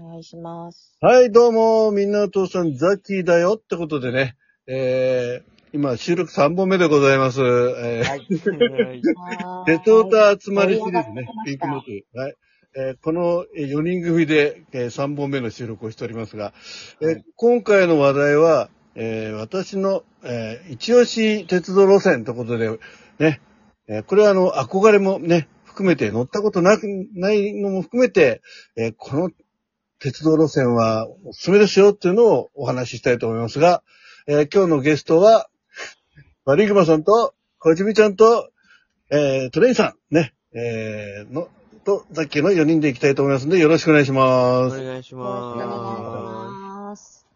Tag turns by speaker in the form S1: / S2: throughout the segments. S1: お願いします。
S2: はい、どうも、みんなお父さん、ザッキーだよってことでね、えー、今、収録3本目でございます。えー、
S3: はい。 はい
S1: はーい
S2: デトータ集まりシリ
S1: 盛り上
S2: ーズ
S1: がってきま
S2: ね
S1: した、
S2: ピンクモス。はい。えーこの4人組で、え3本目の収録をしておりますが、えー
S3: はい
S2: 今回の話題は、えー私の、えー一押し鉄道路線ということで、ね、えーこれはあの、憧れもね、含めて、乗ったことなく、ないのも含めて、えーこの鉄道路線はおすすめですよっていうのをお話ししたいと思いますが、えー今日のゲストは、バリグマさんと、小泉ちゃんと、えートレインさん、ね、えーの、と、ザッキーの4人で行きたいと思いますんで、よろしくお願いし
S3: お
S2: ます。
S3: 願いし
S1: よろしくお願いし
S3: ま
S1: ます。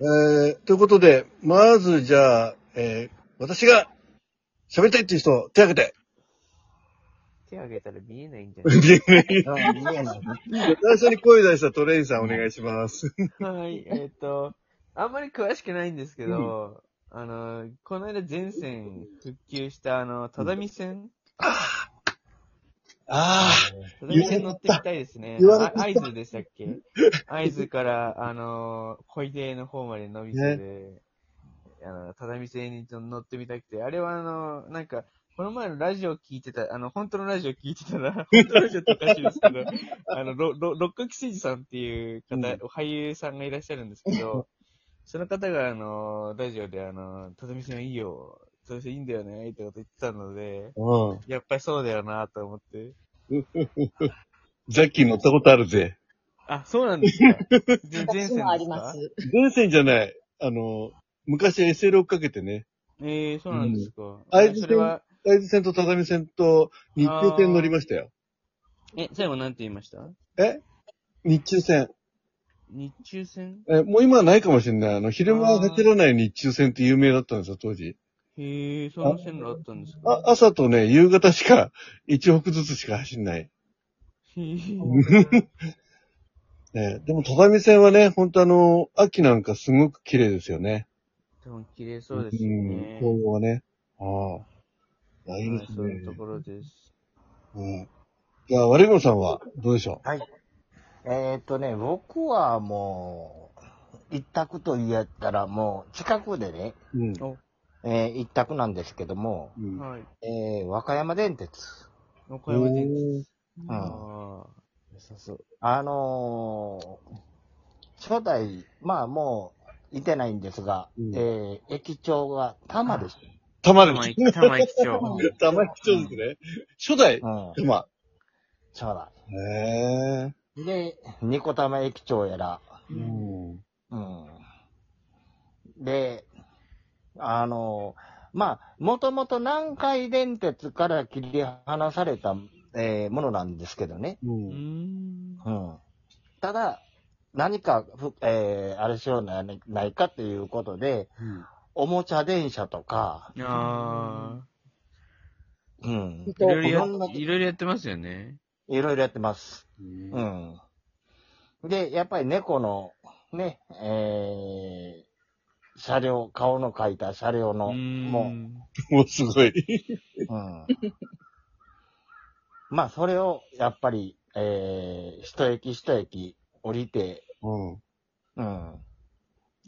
S2: えー、ということで、まずじゃあ、えー、私が喋りたいっていう人、手挙げて。
S3: す。手挙げたら見えないんじゃ
S2: 最初に声出したトレインさんお願いします。
S3: ないはい。えっと、あんまり詳しくないんですけど、あの、この間全線復旧したあの、只見線
S2: あ
S3: 只見線乗ってきたいですね。
S2: 言われ
S3: あ
S2: てた
S3: 会津でしたっけ会津から、あの、小出の方まで伸びてで、あの、只見線に乗ってみたくて、あれはあの、なんか、この前のラジオ聞いてた、あの、本当のラジオ聞いて たら、本当のラジオっておかしいですけど、あの、ろろ六角誠治さんっていう方、
S2: うん
S3: 俳優さんがいらっしゃるんですけど、その方が、あの、ラジオで、あの、たとみさんいいよ、たとみさんいいんだよね、ってこと言ってたので、
S2: うん。
S3: やっぱりそうだよな、と思って。
S2: ザッキー乗ったことあるぜ。
S3: あ、そうなんですか。全
S1: 私もありま。す。
S2: 前線じゃない。あの、昔 SL をかけてね、
S3: ええー、そうなんですか。
S2: ん会津線
S3: それは、
S2: 大津線と只見線と日中線乗りましたよ。
S3: え、最後なんて言いました
S2: え日中線。
S3: 日中線
S2: え、もう今はないかもしれない。あの、昼間が走らない日中線って有名だったんですよ、当時。
S3: へえ、その線路あったんですか
S2: あ、朝とね、夕方しか、1北ずつしか走んない。
S3: へー
S2: ね、でも、只見線はね、ほんとあの、秋なんかすごく綺麗ですよね。
S3: 多分綺麗そうですよね。
S2: ん、紅葉はね。ああ。いや、いい
S3: は
S2: で
S3: い、
S2: す
S3: そういうと
S2: ね。
S3: ころです。
S2: うん。じゃあ、悪いもさんは、どうでしょ
S4: はい。えーっとね、僕はもう、一択と言ったらもう、近くでね、
S2: ううん。
S4: えー一択なんですけども、
S2: うん。
S3: はい。
S4: えー和歌山電鉄。
S3: 岡山電鉄。あ
S4: うん。
S3: あ。
S4: そうそう。あのー初代、まあもう、いてないんですが、
S2: うん
S4: えー駅長が玉です。
S2: 玉で
S3: 玉
S2: す。
S3: 井、玉井機長。
S1: うん
S2: 玉貴重ですね。初代、
S4: うん。
S2: 玉。
S4: そうだ。
S2: へえ。
S4: で、ニコ玉駅長やら、
S2: うん。
S4: うんで、あの、まあ、もともと南海電鉄から切り離された、えーものなんですけどね。
S2: う
S3: うー
S2: ん。
S3: ん。
S4: うん。ただ、何かふ、えーあれしようなないかということで、おもちゃ電車とか、
S3: あ
S4: うん。
S3: あ。いろい
S4: いろん
S3: ろ
S4: な
S3: や、いろいろやってますよね。
S4: いろいろやってます。
S2: うん
S4: う。ん。で、やっぱり猫の、ね、えー車両、顔の描いた車両の、
S3: うーん
S4: もう、
S2: もうすごい。
S4: うんまあ、それを、やっぱり、えー、一駅一駅降りて、
S2: うん。
S4: うん、
S3: あ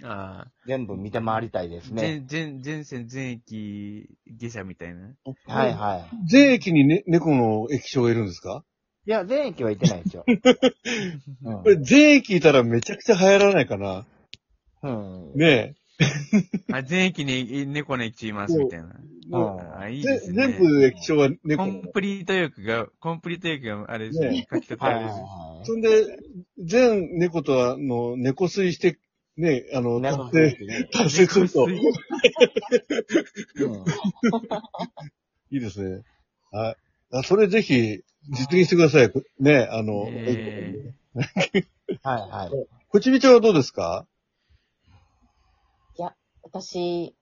S3: あ。
S4: 全部見て回りたいですね。
S3: 全、全、全線全駅下車みたいな。
S4: はいはい。
S2: 全駅にね、猫の液晶がいるんですか
S4: いや、全駅は行ってないで すよ。うん
S2: これ全駅いたらめちゃくちゃ流行らないかな。
S4: うん
S2: ね
S3: あ、全駅にい猫の駅中いますみたいな。
S2: え。
S4: うん
S3: ああ、いい
S2: ぜ
S3: ですね。
S2: 全部液晶は
S3: コ
S2: 猫。
S3: ンプリート欲が、コンプリート欲があれですね
S2: ね。
S3: 書き方
S4: はい
S3: あ
S4: はい
S3: れですね。
S4: は
S2: そんで、全猫とは、あの、猫吸いして、ね、あの、
S4: い。
S2: 達
S4: 猫の
S2: 成、
S4: 駅ね
S2: 達成すると、い
S4: うん
S2: いですね。はい。あ、それぜひ、実現してください。ね、あの、
S3: ええ
S4: はいはい。
S2: こちびちゃんはどうですか
S1: 私、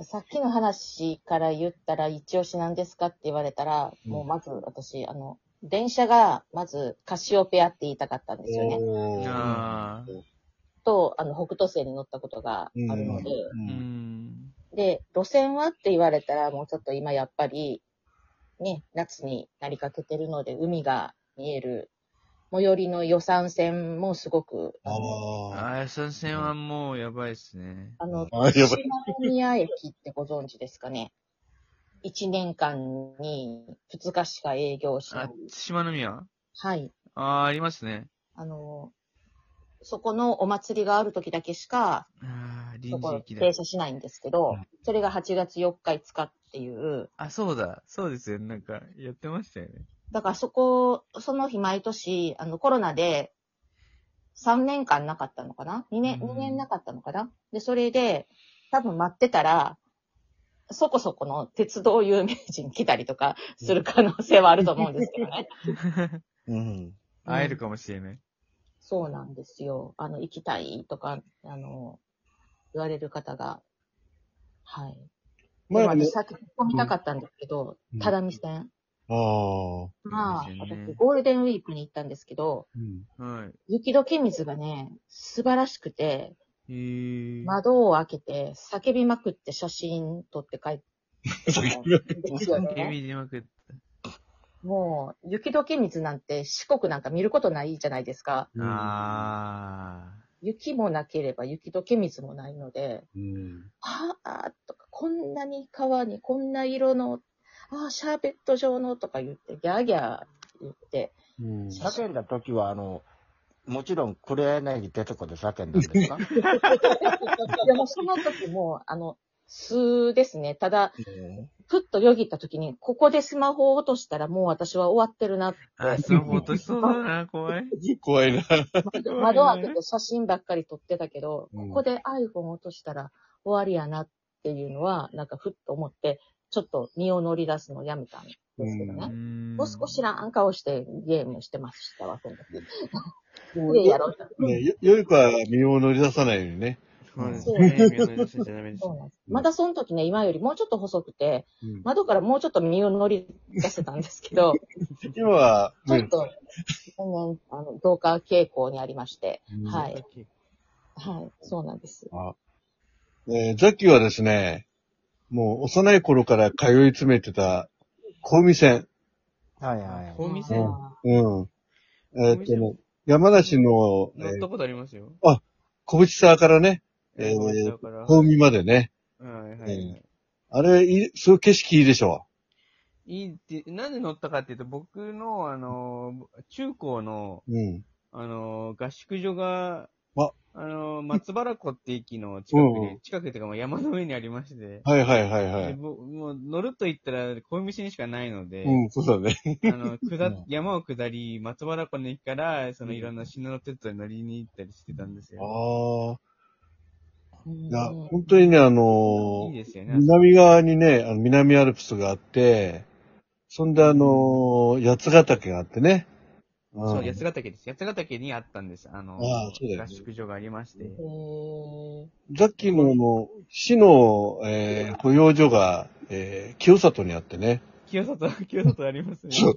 S1: さっきの話から言ったら、一押しなんですかって言われたら、
S2: うん
S1: もうまず私、あの、電車が、まず、カシオペアって言いたかったんですよね。
S2: おー
S3: ああ。
S1: と、あの、北斗星に乗ったことがあるので、
S2: う
S3: うんん。
S1: で、路線はって言われたら、もうちょっと今やっぱり、ね、夏になりかけてるので、海が見える最寄りの予算線もすごく、あの、
S2: ああ。
S3: ああ、その線はもうやばいっすね。
S1: あの
S2: あやばい。
S1: 島宮駅ってご存知ですかね。1年間に2日しか営業しな
S3: あ
S1: い。、
S3: 島の宮
S1: はい。
S3: ああ、ありますね。
S1: あの、そこのお祭りがある時だけしか、
S3: ああ、臨
S1: そ
S3: 時
S1: こ
S3: 駅だ
S1: 停。車しないんですけど、それが8月4日5日っていう、
S3: あ、そうだ。そうですよね。なんか、やってましたよね。
S1: だからそこ、その日毎年、あのコロナで3年間なかったのかな ?2 年、
S3: うん
S1: 2年なかったのかなで、それで、多分待ってたら、そこそこの鉄道有名人来たりとかする可能性はあると思うんですけどね。
S4: うん。
S3: 会えるかもしれない。
S1: そうなんですよ。あの、行きたいとか、あの、言われる方が、はい。
S2: 前
S1: で
S2: は
S1: も
S2: ね
S1: 私、さっきここ見たかったんですけど
S2: うん、
S1: 只見線。
S2: ああ。
S1: まあ、
S3: そうですよね
S1: 私、ゴールデンウィークに行ったんですけど、
S2: うん。
S3: はい。
S1: 雪解け水がね、素晴らしくて、
S3: えー。
S1: 窓を開けて、叫びまくって写真撮って帰ってたんですよ
S3: 叫
S1: ね。
S3: び出まくった。
S1: もう、雪解け水なんて四国なんか見ることないじゃないですか。
S3: あ
S1: 雪もなければ雪解け水もないので、
S2: うん。
S1: ああ、とか、こんなに川にこんな色の、ああ、シャーベット状のとか言って、ギャーギャー言って、
S2: うん。
S4: 叫んだ時は、あの、もちろん、黒柳徹子で叫んだんですか
S1: でもその時も、あの、数ですね。ただ、
S4: うん
S1: ふっとよぎった時に、ここでスマホを落としたらもう私は終わってるなって。
S3: あ。あ、スマホ落としそうだな、怖い。
S2: 怖いな。
S1: 窓開けて写真ばっかり撮ってたけど、
S2: うん
S1: ここで iPhone を落としたら終わりやなっていうのは、なんかふっと思って、ちょっと身を乗り出すのをやめたんですけど
S3: う
S1: ね。
S3: ーん
S1: もう少しらん顔してゲームしてましたわ、その時。
S2: で
S1: プ
S2: も
S1: レイや
S2: ね、
S1: ろう。
S2: よよりかは身を乗り出さないようにね。
S3: そうですね。見落としちゃダメです
S1: そう
S3: ね
S1: なんです。まだその時ね、今よりもうちょっと細くて、
S2: うん
S1: 窓からもうちょっと身を乗り出せたんですけど、
S2: 今は、
S1: ちょっと、うんあの、同化傾向にありまして、
S2: うん
S1: はい。はい、そうなんです。
S2: えーザキはですね、もう幼い頃から通い詰めてた、小見線。
S4: はいはい。
S3: お店
S2: う
S1: うん
S2: うん。えーっとね、山梨の、え
S3: 乗っ
S2: ー
S3: たことありますよ。
S2: 小淵沢からね、えー
S3: お店だから
S2: 小見までね。
S3: はいはいはい。
S2: あれ、いい、すごい景色いいでしょ
S3: いいって、なんで乗ったかっていうと、僕の、あの、中高の、
S2: う。うん。
S3: あの、合宿所が、
S2: あ
S3: あの、松原湖って駅の近く
S2: うん
S3: に、近くっていうかまあ山の上にありまして、
S2: はいはいはいは
S3: で
S2: い。
S3: ぼもう乗ると言ったら、小道にしかないので、
S2: うん、そうだね。
S3: あの、下
S4: うん、
S3: 山を下り、松原湖の駅から、その
S2: うん
S3: いろんな信の鉄道に乗りに行ったりしてたんですよ。
S2: ああ。
S1: うん
S2: いや、本当にね、あの
S3: いい
S2: ー
S3: ですよね。
S2: 南側にね、あの南アルプスがあって、そんであのー八ヶ岳があってね。ん
S3: そう、八ヶ岳です。八ヶ岳にあったんです。あの、
S2: ああそうだよね
S3: 合宿所がありまして。
S1: へー
S2: さっきの、あの、市の、えー、保養所が、えー、清里にあってね。
S3: 清里、 清里ありますね。
S2: そう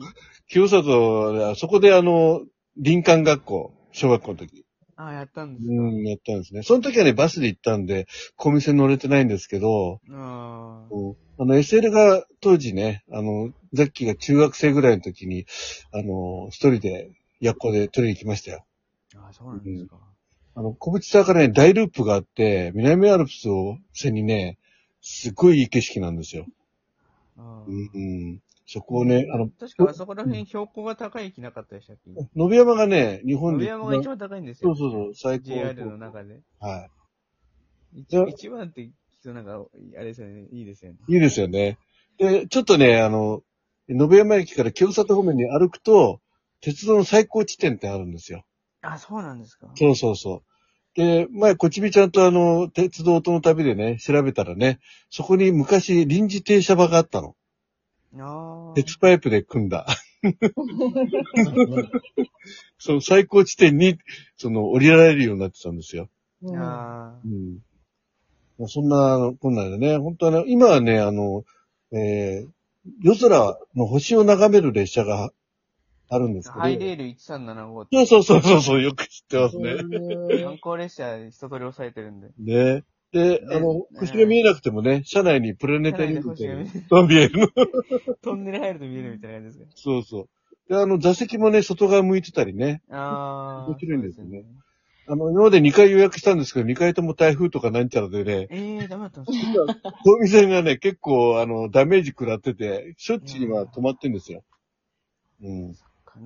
S2: 清里、あそこであの、林間学校、小学校の時、
S3: ああ、やったんですか。
S2: うん、やったんですね。その時はね、バスで行ったんで、小店乗れてないんですけど、
S3: ああ。
S2: うんあの、SL が当時ね、あの、ザッキーが中学生ぐらいの時に、あの、一人で、夜行で取りに行きましたよ。
S3: ああ、そうなんですか。
S2: あの、小淵沢からね、大ループがあって、南アルプスを背にね、すごいいい景色なんですよ。
S3: ああ
S2: うん、そこをね、あの、
S3: 確かあそこら辺標高が高い駅なかったでしたっけ
S2: 野辺山がね、日本
S3: 上
S2: で。
S3: 山が一番高いんです
S2: そ
S3: よ。
S2: うそうそう、最高。
S3: JR の中で。
S2: は
S3: 一
S2: じゃあ
S3: 一番って聞くとなんか、あれですよね。いいですよね。
S2: い。いいですよね。で、ちょっとね、あの、野辺山駅から清里方面に歩くと、鉄道の最高地点ってあるんですよ。
S3: あ、そうなんですか。
S2: そうそうそう。で、前、こちびちゃんとあの、鉄道との旅でね、調べたらね、そこに昔臨時停車場があったの。
S3: ああ。
S2: 鉄パイプで組んだ。その最高地点に、その、降りられるようになってたんですよ。
S1: うん
S3: ああ
S2: う。ん。まあ、そんな、あのこんなんでね、本当はね、今はね、あの、えー、夜空の星を眺める列車があるんですけど。
S3: ハイレール1375って。
S2: そうそうそうそうそう、よく知ってますね。
S1: へ
S3: 観光列車一通り抑えてるんで。
S2: ね。で、あの、星が見えなくてもね、車内にプラネタリウムみたいなのが見えるの。
S3: トンネル入ると見えるみたいな感じですか。
S2: そうそう。で、あの、座席もね、外側向いてたりね。
S3: ああ。
S2: 面白いんですよね。あの、今まで2回予約したんですけど、2回とも台風とかなんちゃらでね、
S3: ええー、ダメだったんですか
S2: お店がね、結構、あの、ダメージ食らってて、しょっちゅう今止まってんですよ。うん。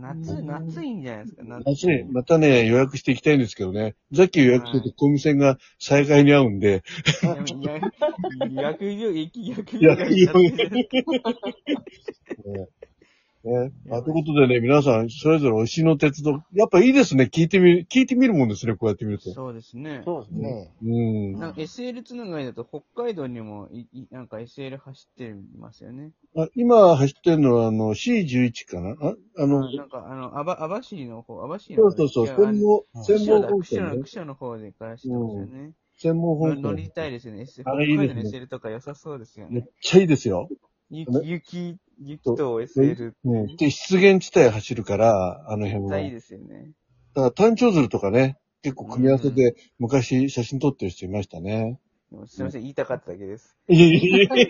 S3: 夏、夏いいんじゃないですか夏。
S2: 夏ね、またね、予約していきたいんですけどね。さっき予約すると、小見線が災害に合うんで、
S3: 薬用、薬用が
S2: 薬
S3: いい
S2: 用ね。まあ、ということでね、皆さん、それぞれ推しの鉄道、やっぱいいですね。聞いてみる、聞いてみるもんですね、こうやって見ると。
S3: そうですね。
S4: そうですね。
S2: うん。
S3: なんか SL つながりだと北海道にもい、いなんか SL 走ってますよね。
S2: あ今走ってるのは、あの、C11 かなああの、
S3: なんかあの、あば、あばしりの方、あばしり
S2: そ
S3: の
S2: う
S3: 方
S2: そうそう、
S3: あ
S2: 専
S3: の
S2: 門、専門
S3: 釧路だ
S2: 本
S3: 釧
S2: 店
S3: 路
S2: ね
S3: の、。釧路の方でから走ってますよね。
S2: 専門本
S3: 乗り
S2: 店。
S3: たいですね。S、北
S2: あれいい
S3: 海
S2: です
S3: 道
S2: ね
S3: の SL とか良さそうですよ
S2: めっ
S3: ね。
S2: ちゃいいですよ。
S3: 雪
S2: ね、
S3: 雪、雪と SL って
S2: うん。で、湿原地帯走るから、あの辺
S3: 絶
S2: は。
S3: 対いいですよね。
S2: だから、単調鶴とかね、結構組み合わせで、昔写真撮ってる人いましたね。
S3: でもすみません、言いたかっただけです。
S2: いやいやいやいやい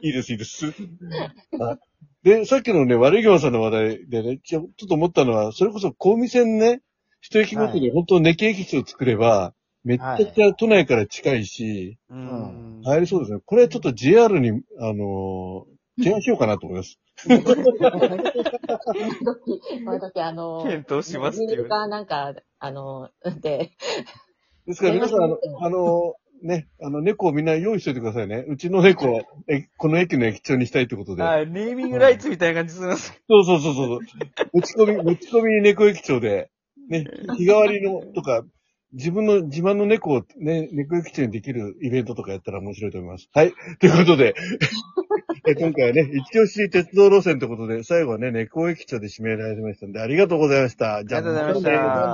S2: いです、いいです。はいで、さっきのね、悪い業さんの話題でね、ちょちょっと思ったのは、それこそ、小見線ね、一駅ごとに本当ネキ駅地を作れば、めっちゃくちゃ都内から近いし、
S3: う
S4: うん
S3: ん。
S2: 入りそうですね。これちょっと JR に、あのー提案しようかなと思います。
S1: 今時あの、
S3: 検討しますって
S1: メール
S3: 言われて
S1: かなんか、あの、で、
S2: ですから皆さん、あの、あのね、あの、猫をみんな用意しといてくださいね。うちの猫は、えこの駅の駅長にしたいってことで。
S3: あ、ネーミングライツみたいな感じすみません。
S2: そうそうそうそう。持ち込み、 持ち込み猫駅長で、ね、日替わりの、とか、自分の自慢の猫をね、猫駅長にできるイベントとかやったら面白いと思います。はい。ということで、 え今回はね、一押し鉄道路線ということで、最後はね、猫駅長で締められましたんで、ありがとうございました。
S3: ありがとうございま
S2: ね
S3: した。